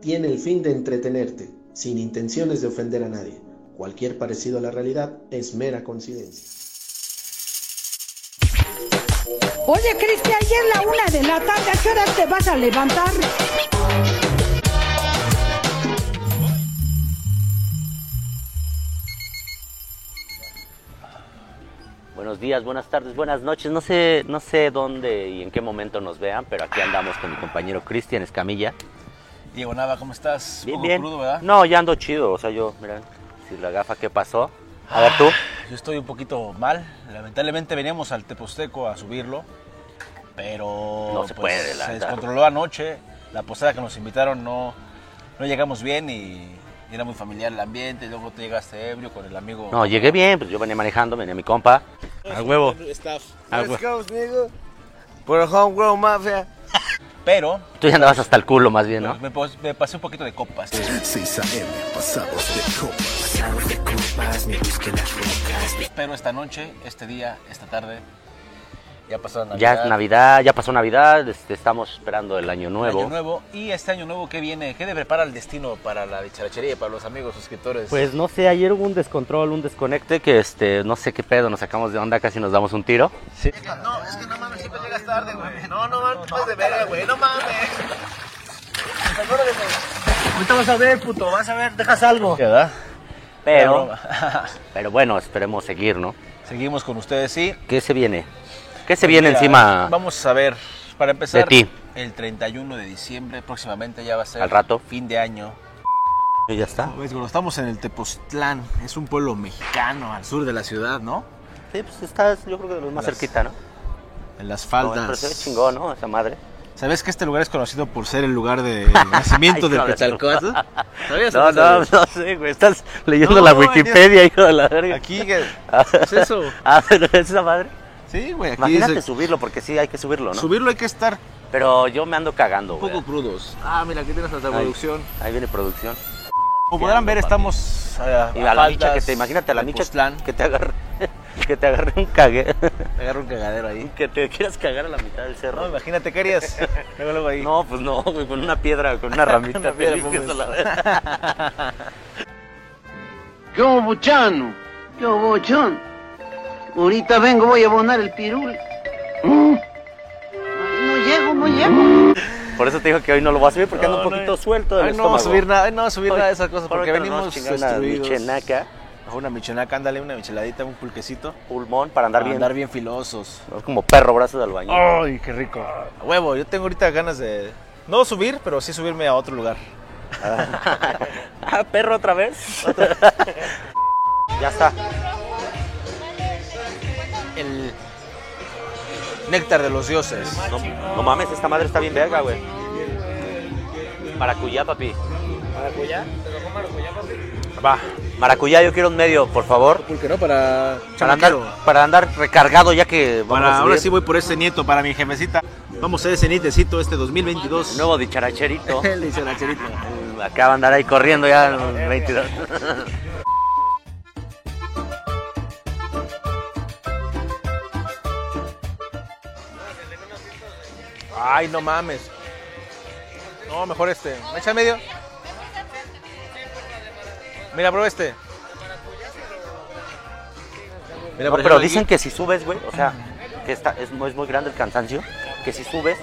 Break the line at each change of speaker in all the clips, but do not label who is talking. tiene el fin de entretenerte, sin intenciones de ofender a nadie. Cualquier parecido a la realidad es mera coincidencia.
Oye, Cristi, ayer la una de la tarde, ¿a qué hora te vas a levantar?
Buenos días, buenas tardes, buenas noches. No sé, no sé dónde y en qué momento nos vean, pero aquí andamos con mi compañero Cristian Escamilla.
Diego Nava, ¿cómo estás?
Bien,
Poco
bien.
crudo, ¿verdad?
No, ya ando chido. O sea, yo, mira, si la gafa, ¿qué pasó? A ver tú.
Yo estoy un poquito mal. Lamentablemente veníamos al Teposteco a subirlo, pero pues,
No se puede, la
se
verdad.
descontroló anoche. La posada que nos invitaron no, no llegamos bien y era muy familiar el ambiente. Luego te llegaste ebrio con el amigo.
No, llegué bien, pues yo venía manejando, venía mi compa.
A huevo.
Staff.
A hue-
Por Homegrown Mafia.
Pero
Tú ya andabas hasta el culo más bien, ¿no?
pues, me, pos- me pasé un poquito de copas.
6 AM, pasados de copas.
Pero esta noche, este día, esta tarde, ya pasó la
Ya es Navidad, ya pasó Navidad, este, estamos esperando el año
el
nuevo.
Año nuevo. Y este año nuevo, ¿qué viene? ¿Qué te prepara el destino para la dicharachería y para los amigos suscriptores?
Pues no sé, ayer hubo un descontrol, un desconecte que este, no sé qué pedo, nos sacamos de onda, casi nos damos un tiro.
No, es que no mames, siempre llegas tarde, güey. No, no mames, no, de verga, güey, no mames. Ahorita vas a ver, puto, vas a ver, dejas algo. ¿Verdad?
Pero, pero bueno, esperemos seguir, ¿no?
Seguimos con ustedes, sí.
¿Qué se viene? ¿Qué se viene
Mira,
encima
Vamos a ver, para empezar.
De ti.
El 31 de diciembre, próximamente ya va a ser.
Al rato.
Fin de año.
ya está.
Ves, güey, estamos en el Tepoztlán. Es un pueblo mexicano al sur de la ciudad, ¿no?
Sí, pues estás, yo creo que de los más
Las
cerquita, ¿no?
En las
No, pero se ve chingón, ¿no? Esa madre.
¿Sabes que este lugar es conocido por ser el lugar de nacimiento
Ay,
del
hijo de su-
Quetzalcóatl? ¿Sabías o
No, no,
sabías?
no sé, güey. Estás leyendo
No,
la
no,
Wikipedia, hijo de la verga.
Aquí, ¿qué es eso?
Ah, pero es esa madre.
Sí, güey, aquí
Imagínate
dice-
subirlo, porque sí hay que subirlo, ¿no?
Subirlo hay que estar
Pero yo me ando cagando,
un
güey.
poco crudos. Ah, mira, aquí tienes hasta
Ahí. Ahí viene producción.
Como podrán ver, estamos eh, a,
Y a la micha que te, imagínate a la micha que te agarre, que te agarre un cague,
un cagadero ahí.
que te quieras cagar a la mitad del
No,
cerro.
imagínate, ¿qué harías? luego, luego ahí.
No, pues no, güey, con una piedra, con una ramita.
Una piedra,
feliz que
pues.
se la vea.
Yo, Buchano. Yo, Buchón. Ahorita vengo, voy a abonar el pirul. Mm. Ay, No llego, no llego.
Por eso te digo que hoy no lo voy a subir porque ando un poquito suelto del
Ay, no vamos a
estómago.
subir nada, ay, no vamos a subir nada de esas cosas
Por
porque
ahorita nos vamos a
venimos
chingar una
destruidos.
michenaca,
Ajá, Una michenaca, ándale, una micheladita, un pulquecito.
pulmón para andar
para
bien.
Andar Oh. bien filosos.
Como perro, brazo de albañil.
Ay, qué rico. A huevo, yo tengo ahorita ganas de no subir, pero sí subirme a otro lugar.
ah, perro otra vez. ya está.
El néctar de los dioses.
No, no mames, esta madre está bien verga, güey. Maracuyá, papi.
Va.
Maracuyá, yo quiero un medio, por favor.
Pulque, ¿no? Para
Para andar, para andar recargado ya que vamos a
Para, ahora
subir.
sí voy por ese nieto, para mi gemecita. Vamos a ese nietecito este 2022.
Nuevo dicharacherito.
Le dice la cherita.
Acaba de andar ahí corriendo ya en 22.
Ay, no mames. No, mejor este. ¿Me echa en medio? Mira, prueba este. Mira,
No,
por
pero
ejemplo,
dicen
aquí-
que si subes, güey, o sea, que está, es, muy- es muy grande el cansancio, que si subes,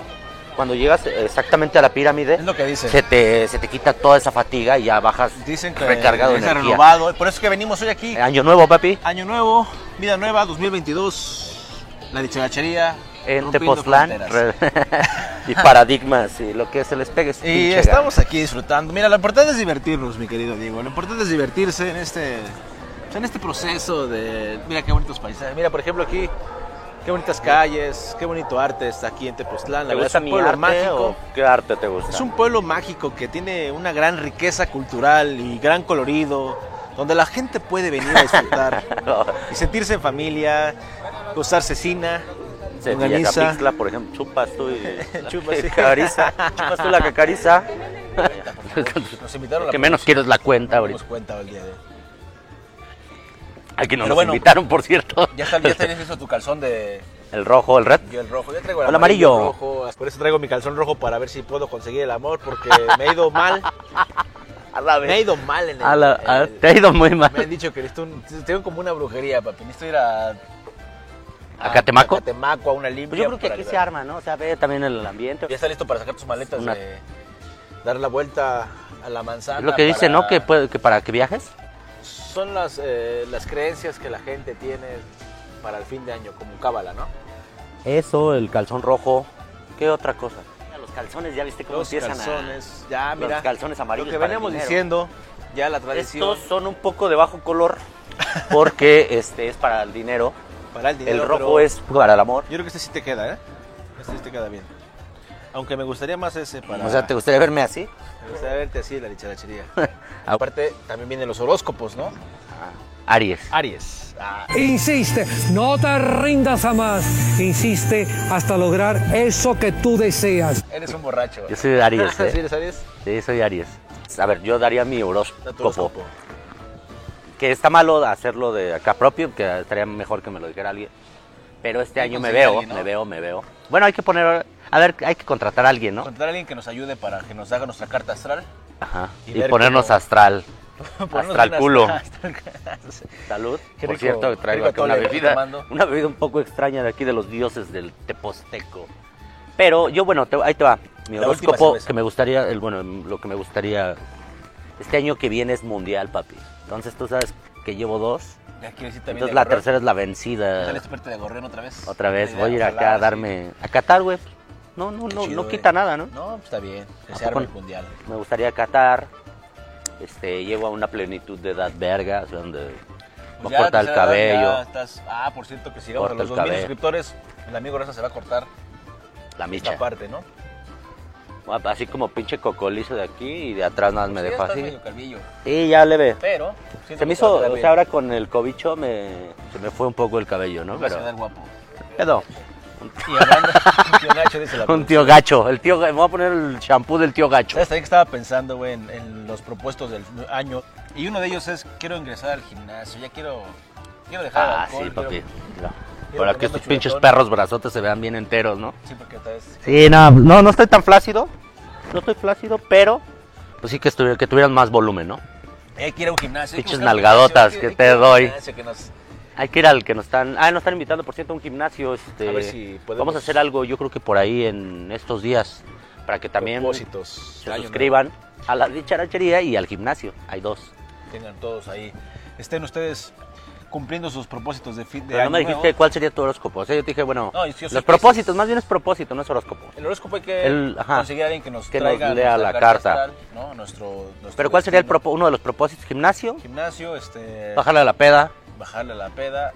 cuando llegas eh, exactamente a la pirámide,
Es lo que dicen.
se te, se te quita toda esa fatiga y ya bajas
Dicen que
recargado de
es
energía. Eh,
renovado. Por eso es que venimos hoy aquí.
Año nuevo, papi,
Año nuevo, vida nueva, 2022. La dicharachería.
en
rompiendo
Tepoztlán,
fronteras.
y paradigmas y lo que se les pegue. es
Y
pinche
estamos aquí disfrutando. Mira, lo importante es divertirnos, mi querido Diego. Lo importante es divertirse en este, pues, en este proceso de... Mira qué bonitos paisajes. Mira, por ejemplo, aquí, qué bonitas calles, qué bonito arte está aquí en Tepoztlán.
gana.
La
¿Te
verdad es
gusta
un
mi
pueblo
arte
mágico.
o qué arte te gusta?
Es un pueblo mágico que tiene una gran riqueza cultural y gran colorido, donde la gente puede venir a disfrutar y sentirse en familia, gozar cecina.
Se
Longaniza.
Pixla, por ejemplo, chupas tú y
Chupas, sí.
cacariza, chupas tú la cacariza.
Nos invitaron
Lo
a la
que menos quiero es la Pues, cuenta
Nos
ahorita.
dimos cuenta el día de hoy.
Aquí no
Pero
nos
bueno.
invitaron, por cierto.
Ya, está, ya tenías listo tu calzón de,
El rojo, el red.
Yo el rojo, yo traigo el
El amarillo.
rojo. Por eso traigo mi calzón rojo para ver si puedo conseguir el amor, porque me he ido mal.
A la Pues
Me he ido mal en el.
A la-
en
a-
el-
te ha ido muy mal.
Me han dicho que necesito un- tengo como una brujería, papi. Necesito ir a.
¿A Catemaco?
A Catemaco, a una limpia.
Pues yo creo que
para
aquí se
liberar.
arma, ¿no? O sea, ve también el ambiente.
Ya está listo para sacar tus maletas,
Una-
de dar la vuelta a la manzana.
Es lo que dice,
para-
¿no? Que, puede- que para que viajes.
Son las, eh, las creencias que la gente tiene para el fin de año, como cábala, ¿no?
Eso, el calzón rojo. ¿Qué otra cosa? Los calzones, ya viste cómo
Los
empiezan a-
calzones, ya
los
mira.
calzones amarillos
Lo que
para el
veníamos
dinero.
diciendo, ya la tradición.
Estos son un poco de bajo color porque este es para el dinero.
para el dinero.
el rojo
pero
es para el amor.
Yo creo que este sí te queda, ¿eh? Este sí te queda bien. Aunque me gustaría más ese para.
O sea, ¿te gustaría verme así?
me gustaría verte así la dicharachería. Aparte, también vienen los horóscopos, ¿no?
Aries.
Aries. Ah,
Insiste, no te rindas a más. Insiste hasta lograr eso que tú deseas.
eres un borracho.
Yo soy de Aries,
¿Sí
¿eh?
eres Aries?
Sí, soy Aries. A ver, yo daría mi
Da tu
horóscopo.
horóscopo.
Que está malo hacerlo de acá propio, que estaría mejor que me lo dijera alguien. Pero este
Hay que
año me
conseguir a
veo,
alguien, ¿no?
me veo, me veo. Bueno, hay que poner... A ver, hay que contratar a alguien, ¿no?
Contratar a alguien que nos ayude para que nos haga nuestra carta astral.
Ajá.
Y
Y,
ver
ponernos
cómo-
astral.
Ponernos
Astral
bien
culo.
astral.
Salud.
Qué
Por
rico,
cierto,
qué
traigo
rico
acá una
atole que
bebida,
estoy tomando.
una bebida un poco extraña de aquí de los dioses del Teposteco. Pero yo, bueno, te- ahí te va. Mi
La última
horóscopo
cerveza.
que me gustaría, el, bueno, lo que me gustaría. Este año que viene es mundial, papi. Entonces tú sabes que llevo dos.
Ya quieres ir también
Entonces
de
la
gorreón.
tercera es la
¿No
vencida.
¿Sales tu parte de gorreón otra vez?
Otra vez
Idea,
voy a ir
ojalá,
acá a
sí.
darme. a Qatar, güey. No, no,
Qué
no,
chido,
no
eh.
quita nada, ¿no?
No, pues está bien. Que
¿A
se arme
poco
el
no?
mundial.
Me gustaría Qatar. Este, llego a una plenitud de edad verga, o sea, donde
Pues
no
ya,
corta el
tercera edad,
cabello.
ya estás- Ah, por cierto, que sigamos a
Corta
los
el
2000
cabello.
suscriptores. El amigo Rosa se va a cortar
La micha. Ah,
esta parte, ¿no?
Así como pinche cocolizo de aquí y de atrás nada más me
Pues Sí,
dejo
estás
así.
medio calvillo,
Y ya le ve.
pero...
Se me hizo, o sea, ahora con el cobicho me, se me fue un poco el cabello, ¿no?
Pero...
Pero
guapo.
quedó.
Y hablando, un tío Nacho dice la
Un
producción.
tío gacho, el tío, me voy a poner el champú del tío gacho.
¿Sabes también que estaba pensando, güey, en, en los propuestos del año? Y uno de ellos es, quiero ingresar al gimnasio, ya quiero... Quiero dejar el
Ah,
alcohol,
sí,
quiero-
papi. No.
quiero
Para que
ponerme
estos pinches
chuletón.
perros brazotes se vean bien enteros, ¿no?
Sí, porque tal vez...
Sí, no, no, no estoy tan flácido. No estoy flácido, pero pues sí que, estuviera, que tuvieran más volumen, ¿no?
Eh, quiero un gimnasio. hay que
Pinches
buscar un
nalgadotas
gimnasio,
que
hay
te
ir a un
doy.
gimnasio que nos-
Hay que ir al que nos están. Ah, nos están invitando, por cierto, a un gimnasio. Este,
A ver si podemos-
Vamos a hacer algo, yo creo que por ahí en estos días. Para que también
propósitos del
se
año
suscriban a la dicharachería y al gimnasio. Hay dos.
nuevo, Tengan todos ahí. Estén ustedes cumpliendo sus propósitos de fin de
Pero no
año
me dijiste
nuevo.
cuál sería tu horóscopo. O sea, yo te dije, bueno,
No, yo soy
los
Piscis.
propósitos, más bien es propósito, no es horóscopo.
El horóscopo hay que
El- ajá,
conseguir a alguien que nos
que nos
traiga
lea
nuestra
la carta.
astral, ¿no? Nuestro, nuestro
Pero ¿cuál sería el
destino.
propo- uno de los propósitos? Gimnasio,
Gimnasio, este,
bajarle a la peda.
bajarle la peda.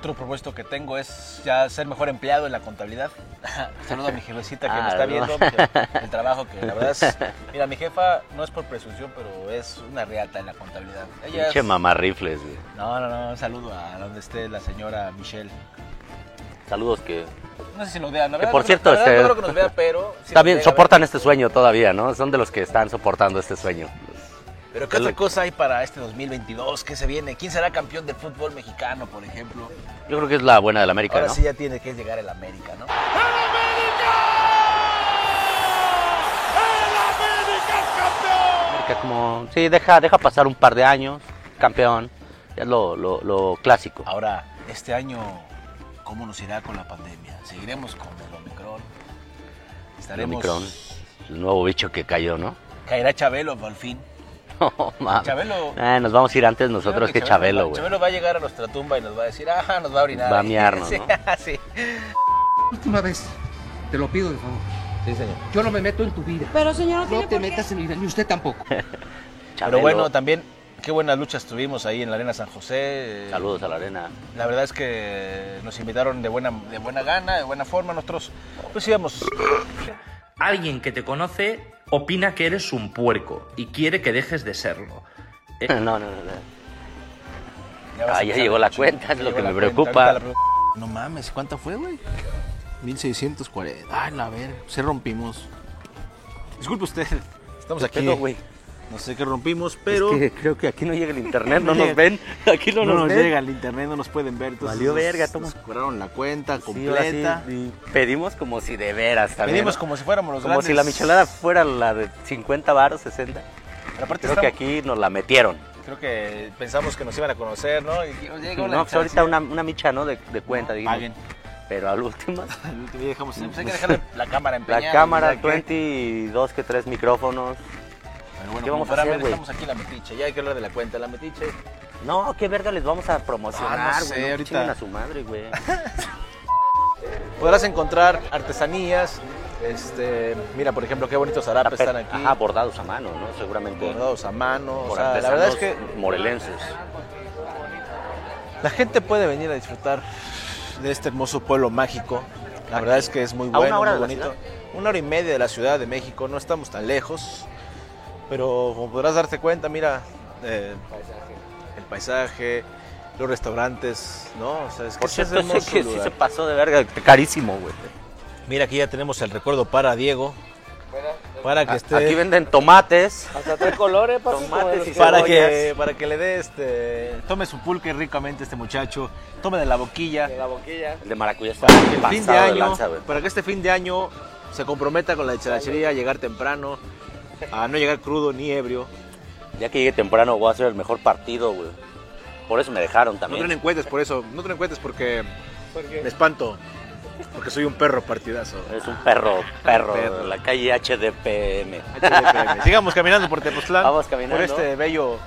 Otro propósito que tengo es ya ser mejor empleado en la contabilidad. Saludo a mi jefecita que me
Ah,
está
no.
viendo mi- el trabajo que la verdad es... Mira, mi jefa no es por presunción, pero es una reata en la contabilidad. Ella
Pinche
es-
mamarrifles, güey.
No, no, no, un saludo a donde esté la señora Michelle.
Saludos que.
No sé si nos vean, la
Que
verdad.
por
no-
cierto,
la verdad
este-
no creo que nos vea, pero. sí
Está bien,
nos llega a ver.
soportan este sueño todavía, ¿no? Son de los que están soportando este sueño.
Pero ¿qué otra cosa hay para este 2022? ¿Qué se viene? ¿Quién será campeón del fútbol mexicano, por ejemplo?
Yo creo que es la buena de la América,
Ahora
¿no?
sí ya tiene que llegar el América, ¿no?
Porque como, sí, deja, deja pasar un par de años, campeón, ya es lo, lo, lo clásico.
Ahora, este año, ¿cómo nos irá con la pandemia? ¿Seguiremos con el Omicron?
El
¿Estaremos.
Omicron, el nuevo bicho que cayó, ¿no?
¿Caerá Chabelo al fin?
No, mames.
Chabelo-
Eh, nos vamos a ir antes nosotros que Chabelo, güey.
Chabelo va a llegar a nuestra tumba y nos va a decir, ah, nos va a orinar.
Va a
ahí".
miarnos,
Sí,
¿no?
sí.
Última vez, te lo pido de favor.
Sí, señor.
Yo no me meto en tu vida.
Pero señor, no
No
tiene
te
por qué.
metas en mi vida, ni usted tampoco.
Chabelo.
Pero bueno, también qué buenas luchas tuvimos ahí en la Arena San José. Eh,
Saludos a la arena.
La verdad es que nos invitaron de buena, de buena gana, de buena forma. Nosotros pues íbamos...
Ah,
Alguien que te conoce opina que eres un puerco y quiere que dejes de serlo.
No, no, no. no.
vas a
Ah, ya
empezar
llegó
el
la
chingo,
cuenta,
ya
es lo
llegó
que
la
me
cuenta,
preocupa.
ahorita la pre- No mames, ¿cuánto fue, güey? Ah, 1640. Ay, la ver, se rompimos. Disculpe usted. Estamos aquí
Pero, güey,
No sé qué rompimos, pero
Es que creo que aquí no llega el internet, no
No
nos
llega.
ven. Aquí no,
no nos
nos ven.
llega el internet, no nos pueden ver. entonces
Valió
nos-
verga, toma.
Nos cobraron la cuenta
Sí, ahora sí,
completa.
y pedimos como si de veras también.
Venimos
¿no?
como si fuéramos los
como si la michelada fuera la de 50 baros, 60.
Aparte
Creo que aquí nos la metieron.
creo que pensamos que nos iban a conocer, ¿no? Y llegó la
no, pues ahorita una, una micha, ¿no? De, de cuenta, digamos.
Paguen.
Pero al último,
Y dejamos, pues hay que dejarle la cámara empeñada.
la cámara,
¿verdad?
22 que 3 micrófonos.
Pero bueno,
¿Qué
como
vamos a
fuera,
hacer,
ver,
güey?
Dejamos aquí la metiche, ya hay que hablar de la cuenta. La metiche,
No, qué verga les vamos a promocionar, güey.
Ah, no sé,
no
ahorita.
chinguen a su madre, güey.
podrás encontrar artesanías, este, mira, por ejemplo, qué bonitos
Ah,
harapes
pe-
están aquí.
Ajá, bordados a mano, ¿no? Seguramente.
bordados a mano, o
por
sea, la
artesanos
verdad es que
morelenses.
la gente puede venir a disfrutar de este hermoso pueblo mágico. La verdad es que es muy
una
bueno,
hora
muy
de la
bonito. Una hora y media de la Ciudad de México, no estamos tan lejos, pero como podrás darte cuenta, mira, eh, el paisaje, los restaurantes, ¿no? O sea, es que
Por
sí es
cierto, sé
hermoso
que sí
lugar.
se pasó de verga, carísimo, güey.
Mira, aquí ya tenemos el recuerdo para Diego. Para que esté.
Aquí venden tomates.
Hasta tres colores, papi, como
Tomates
de
y
los
para
cebollas.
que, para que le dé este. Tome su pulque ricamente este muchacho. Tome de la boquilla.
de la boquilla.
El de maracuyá está
Para que, el fin
pasado
de
de
año,
lanza, güey.
para que este fin de año se comprometa con la dicharachería a llegar temprano, a no llegar crudo ni ebrio.
Ya que llegue temprano voy a hacer el mejor partido, güey. Por eso me dejaron
No
también.
te encuentres por eso, no te encuentres porque me espanto. Porque soy un perro partidazo.
es un perro, perro,
Perro.
de la calle HDPM.
HDPM. Sigamos caminando por Tepoztlán.
Vamos caminando.
Por este bello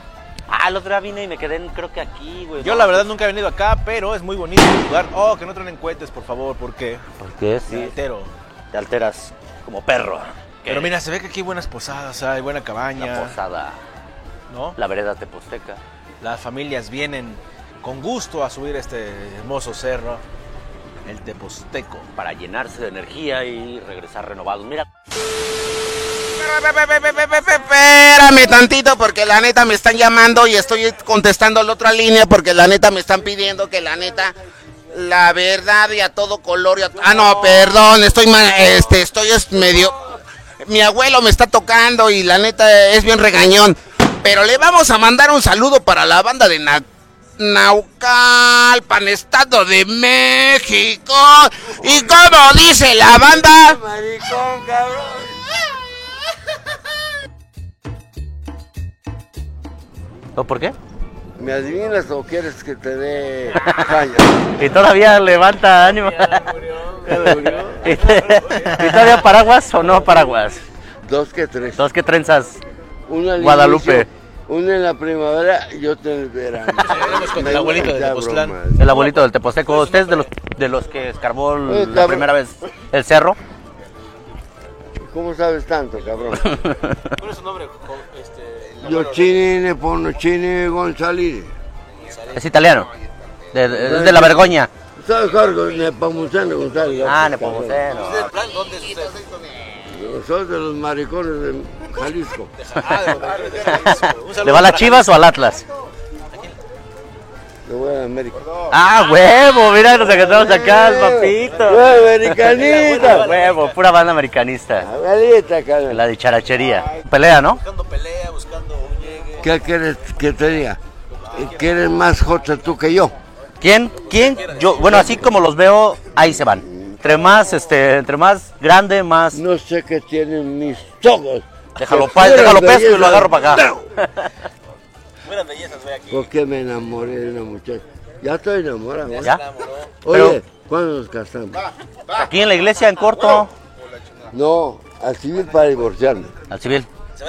Ah, el otro día vine y me quedé, en- creo que aquí, güey.
Yo la verdad nunca he venido acá, pero es muy bonito el lugar. Oh, que no traen cohetes, por favor, porque
¿Por qué?
sí.
Sí, te alteras como perro. ¿Qué?
Pero mira, se ve que aquí hay buenas posadas, hay buena
La
cabaña,
posada,
¿no?
la vereda teposteca.
Las familias vienen con gusto a subir este hermoso cerro, el Teposteco.
Para llenarse de energía y regresar renovados. Mira,
Espérame tantito porque la neta me están llamando y estoy contestando la otra línea porque la neta me están pidiendo que la neta la verdad y a todo color y a- ah no perdón estoy ma- este estoy es medio mi abuelo me está tocando y la neta es bien regañón pero le vamos a mandar un saludo para la banda de Na- Naucalpan Estado de México y como dice la banda
¿no por qué?
¿Me adivinas o quieres que te dé
Y todavía levanta ánimo. ¿Y todavía paraguas o no paraguas?
Dos que tres.
Dos que trenzas.
Una al
Guadalupe.
inicio, una en la primavera y otra en el verano.
Vamos con el
Me
abuelito de
gusta
Tepoztlán.
broma.
El abuelito del Teposteco. ¿Usted es de los, de los que escarbó
Eh,
la
cabrón.
primera vez el cerro?
¿Cómo sabes tanto, cabrón?
¿Cuál es su nombre? co- Este, el abuelo?
Yocine Ponocini González.
Es italiano. De, de- es de la vergoña.
¿Sabes cargo? Nepomuceno González.
Ah, Nepomuceno.
¿Usted, plan, ¿Dónde es usted?
Nosotros de los maricones de Jalisco.
Ah, de Monterrey, de Jalisco. Un saludo
¿Le va a las
para-
chivas o al Atlas?
Te voy a América.
Ah, huevo, mira, nos encontramos acá, el
Eh,
papito.
¡Ay, americanita!
Huevo, pura banda americanista.
Abuelita, cabrón.
La dicharachería. Pelea, ¿no?
Buscando pelea, buscando un llegue.
¿Qué quieres que te diga? ¿Quieres más jota tú que yo?
¿Quién? ¿Quién? Yo, bueno, así como los veo, ahí se van. Entre más, este, entre más grande, más.
No sé qué tienen mis ojos.
Déjalo,
Que
pa-
fueran
déjalo pesco y
bellezas.
lo agarro para acá.
Buenas bellezas, ve aquí.
Porque me enamoré de una muchacha. Ya estoy enamorado. ¿eh?
¿Ya?
Oye, ¿cuándo nos casamos?
Aquí en la iglesia, en corto.
No, al civil para divorciarme.
Al civil.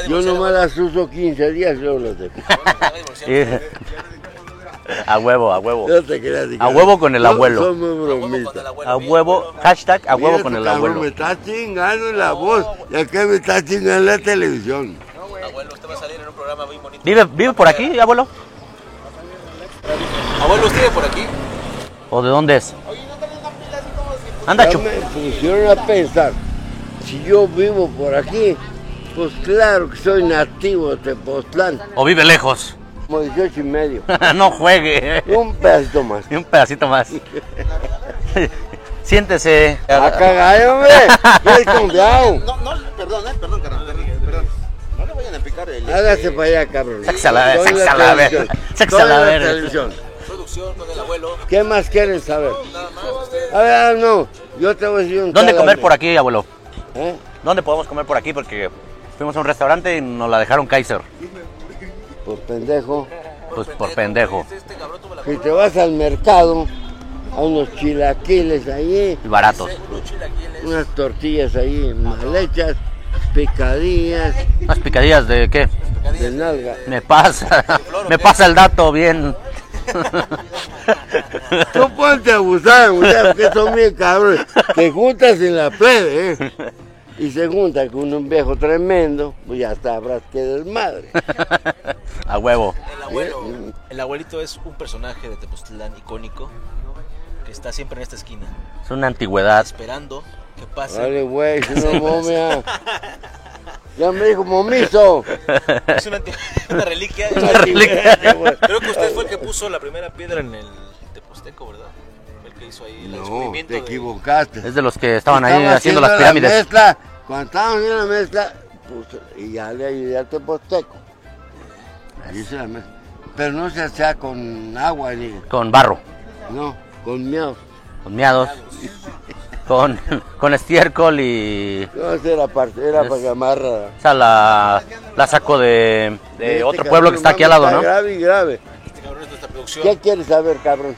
Yo nomás las uso 15 días, yo las dejo.
A huevo, a huevo.
No te creas,
A
hija.
huevo con el
No,
abuelo.
Soy muy bromista.
A huevo, hashtag a
Mira,
huevo
este
con el
cabrón
abuelo.
Me está chingando la voz. Ya que me está chingando la televisión.
Abuelo, usted va a salir en un programa muy bonito.
¿Vive, ¿Vive por aquí, abuelo?
Abuelo, ¿usted vive por aquí?
¿O de dónde es? Anda,
Ya
chup.
me pusieron a pensar. Si yo vivo por aquí, pues claro que soy nativo de Tepoztlán.
¿O vive lejos?
Como 18 y medio.
no juegue.
Un pedacito más.
Y un pedacito más. Siéntese.
¡A cagar, hombre! ¡Ya he cambiado!
No, no, perdón, eh, perdón, carnal, perdón, perdón. No le vayan a picar.
publicar el.
Hágase para allá, cabrón.
Sáquese a la
Doy
ver- sáquese a la ver-
televisión.
sáquese a la
Doy
ver.
televisión.
Producción con el abuelo.
¿Qué más quieren saber? A ver, ah, no. Yo te voy a decir un
¿Dónde
cada-
comer por aquí, abuelo?
¿Eh?
¿Dónde podemos comer por aquí? Porque fuimos a un restaurante y nos la dejaron Kaiser.
Por pendejo.
Pues por pendejo.
Si te vas al mercado, a unos chilaquiles ahí.
Y baratos.
Unas tortillas ahí mal hechas, picadillas.
¿Unas picadillas de qué?
De nalga.
Me pasa. Me pasa el dato bien.
Tú ponte a abusar, muchachos, que son bien cabrones. Te juntas en la plebe, ¿eh? Y se junta con un viejo tremendo, pues ya sabrás que desmadre.
A huevo.
El abuelo. Eh, El abuelito es un personaje de Tepoztlán icónico que está siempre en esta esquina,
Es una antigüedad.
esperando que pase.
Dale, güey, si no momia. Ya me dijo momizo.
Es una, anti- una reliquia.
Una reliquia.
Creo que usted fue el que puso la primera piedra en el Teposteco, ¿verdad? Fue El que hizo ahí el
No,
descubrimiento
te
de-
equivocaste.
Es de los que estaban ahí
Estaba
haciendo las
la
pirámides.
mezcla, cuando estaban haciendo la mezcla, pues, y ya le ayudé al teposteco. Ahí hice la mezcla. Pero no se hacía con agua ni.
Con barro.
No, con miedo.
Con miados. Con, con estiércol y.
No, esa era, parte, era
Es-
para que amarra.
O sea, la, la saco de, de
Este
otro pueblo que está aquí al
cabrón,
lado,
mami,
¿no?
está Grave y grave.
Este cabrón es nuestra producción.
¿Qué quieres saber, cabrón?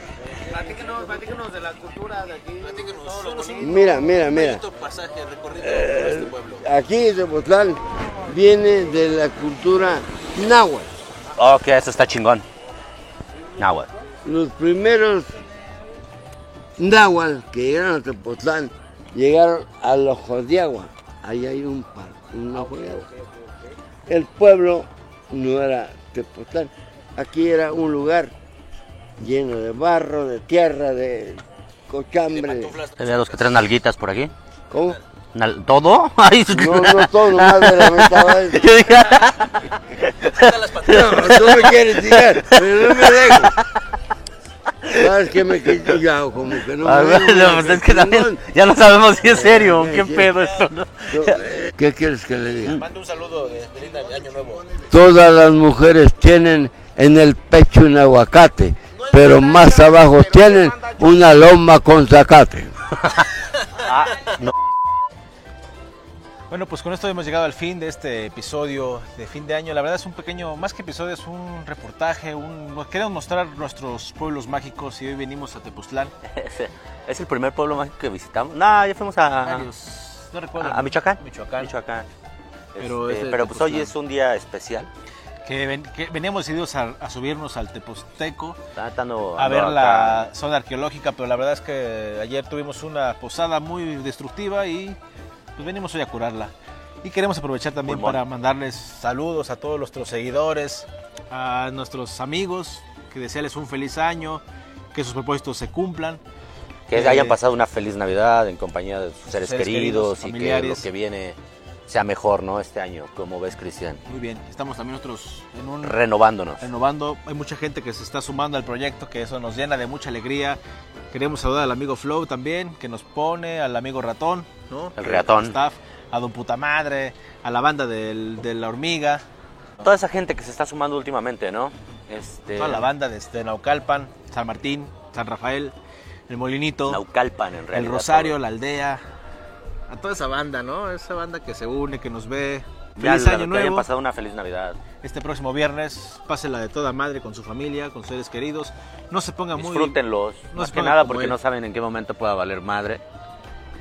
Platíquenos, de la cultura de aquí. Platíquenos. Solo un
Mira, mira, mira.
bonito pasaje recorrido por este
Eh,
pueblo.
aquí Zapotlán viene de la cultura náhuatl.
Ok, eso está chingón. Náhuatl.
Los primeros náhuatl que llegaron a Tepoztlán llegaron al Ojo de Agua. Ahí hay un par, un Ojo de Agua. El pueblo no era Tepoztlán. Aquí era un lugar lleno de barro, de tierra, de cochambre.
Tenía dos que tres nalguitas por aquí.
¿Cómo?
Nal- ¿Todo? Ay,
No, no todo, nomás de la mitad, ¿vale?
Yo dije,
No, tú me quieres tirar, pero no me dejo. Sabes que me quito ya, como que no
Ah,
me dejo,
bueno,
me
pues es que
chingón.
también ya no sabemos si es serio
Eh,
qué
sí.
pedo esto. ¿no?
Yo- ¿Qué quieres que le diga?
Manda un saludo eh, de feliz Nav- Año Nuevo.
Todas las mujeres tienen en el pecho un aguacate, pero más abajo tienen una loma con zacate.
Bueno, pues con esto hemos llegado al fin de este episodio de fin de año. La verdad es un pequeño, más que episodio, es un reportaje. Un, nos queremos mostrar nuestros pueblos mágicos y hoy venimos a Tepoztlán.
Ese- ¿Es el primer pueblo mágico que visitamos? No, ya fuimos
Ah,
a,
Varios, no recuerdo.
a, a Michoacán.
Michoacán.
Pero,
Pero es de
pero pues
Tepoztlán.
hoy es un día especial.
Que, ven- que veníamos decididos a, a subirnos al Teposteco
Está tratando-
a ver
ando
la
acá.
zona arqueológica, pero la verdad es que ayer tuvimos una posada muy destructiva y pues venimos hoy a curarla. Y queremos aprovechar también
Pulmón.
para mandarles saludos a todos nuestros seguidores, a nuestros amigos, que desearles un feliz año, que sus propósitos se cumplan.
Que
Eh,
hayan pasado una feliz Navidad en compañía de sus seres,
seres
queridos,
queridos,
y que lo
familiares.
que viene sea mejor, ¿no? Este año, como ves, Cristian.
Muy bien, estamos también nosotros en un
Renovándonos.
renovando. Hay mucha gente que se está sumando al proyecto, que eso nos llena de mucha alegría. Queremos saludar al amigo Flow también, que nos pone, al amigo Ratón, ¿no?
El ratón.
Staff, a Don Puta Madre, a la banda del- de La Hormiga,
Toda esa gente que se está sumando últimamente, ¿no? Este,
toda la banda de, este, Naucalpan, San Martín, San Rafael, El Molinito,
Naucalpan, en realidad.
El Rosario, La Aldea. A toda esa banda, ¿no? Esa banda que se une, que nos ve.
Ya,
Feliz
la-
año
Que hayan
nuevo.
pasado una feliz Navidad.
Este próximo viernes, pásela de toda madre con su familia, con sus seres queridos. No se ponga muy...
Disfrútenlos.
no
más
se
que
pongan
nada
como
porque
él.
no saben en qué momento pueda valer madre.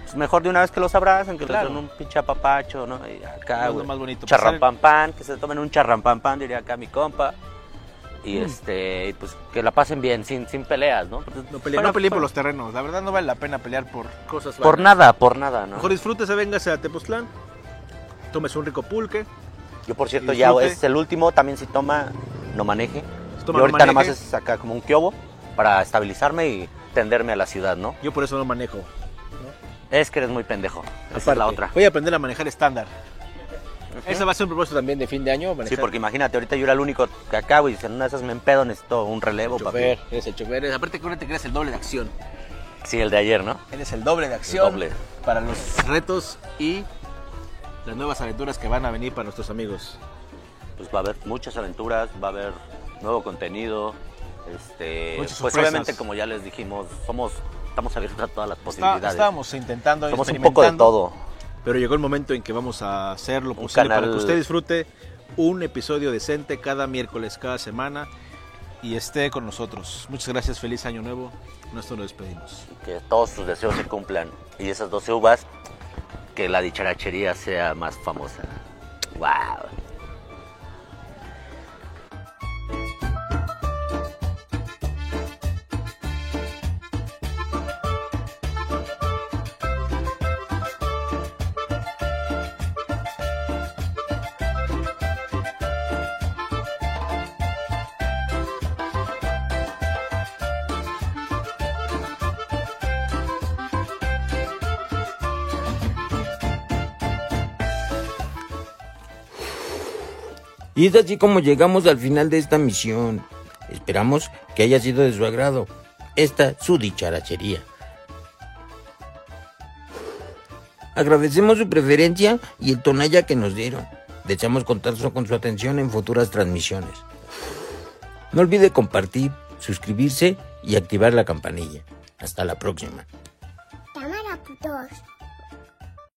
Pues mejor de una vez que los abracen, que
Claro.
les den un pinche apapacho, ¿no? Y acá,
Es lo
güey,
más bonito, pues, pasar el-
Charrampan, que se tomen un charrampan, diría acá mi compa.
Mm.
Y este, y pues que la pasen bien, sin, sin peleas, ¿no? Pues,
No peleen,
fuera-
no peleen por
fuera-
los terrenos. La verdad no vale la pena pelear por cosas.
Por
vanas.
nada, por nada, ¿no?
Mejor disfrútese, véngase a Tepoztlán. Tómese un rico pulque.
Yo, por cierto,
y
ya
disfrute.
es el último, también si toma, no maneje.
Si
Yo
toma, no
ahorita nada más
maneje.
es acá como un kiobo para estabilizarme y tenderme a la ciudad, ¿no?
Yo por eso no manejo.
Es que eres muy pendejo. Esa es
Aparte,
la otra.
Voy a aprender a manejar estándar. Ese va a ser un propósito también de fin de año.
Sí,
manejar.
porque imagínate, ahorita yo era el único que acabo y dicen, una de esas me empedo, necesito un relevo, papi.
Chofer, eres el chofer. eres- Aparte que ahora te creas el doble de acción.
Sí, el de ayer, ¿no?
Eres el doble de acción
doble.
para los retos y las nuevas aventuras que van a venir para nuestros amigos.
pues va a haber muchas aventuras, va a haber nuevo contenido. Este,
Muchas
pues
sorpresas.
obviamente como ya les dijimos, somos estamos abiertos a todas las
Está-
posibilidades.
estábamos intentando
Somos un poco de
experimentando,
todo.
Pero llegó el momento en que vamos a hacer lo posible para
canal-
que usted disfrute un episodio decente cada miércoles, cada semana y esté con nosotros. Muchas gracias, feliz año nuevo. Nosotros nos despedimos.
Que todos sus deseos se cumplan y esas 12 uvas que la dicharachería sea más famosa. Wow.
Y es así como llegamos al final de esta misión. Esperamos que haya sido de su agrado esta su dicharachería. Agradecemos su preferencia y el tonalla que nos dieron. Deseamos contar su- con su atención en futuras transmisiones. No olvide compartir, suscribirse y activar la campanilla. Hasta la próxima.
Cámara 2.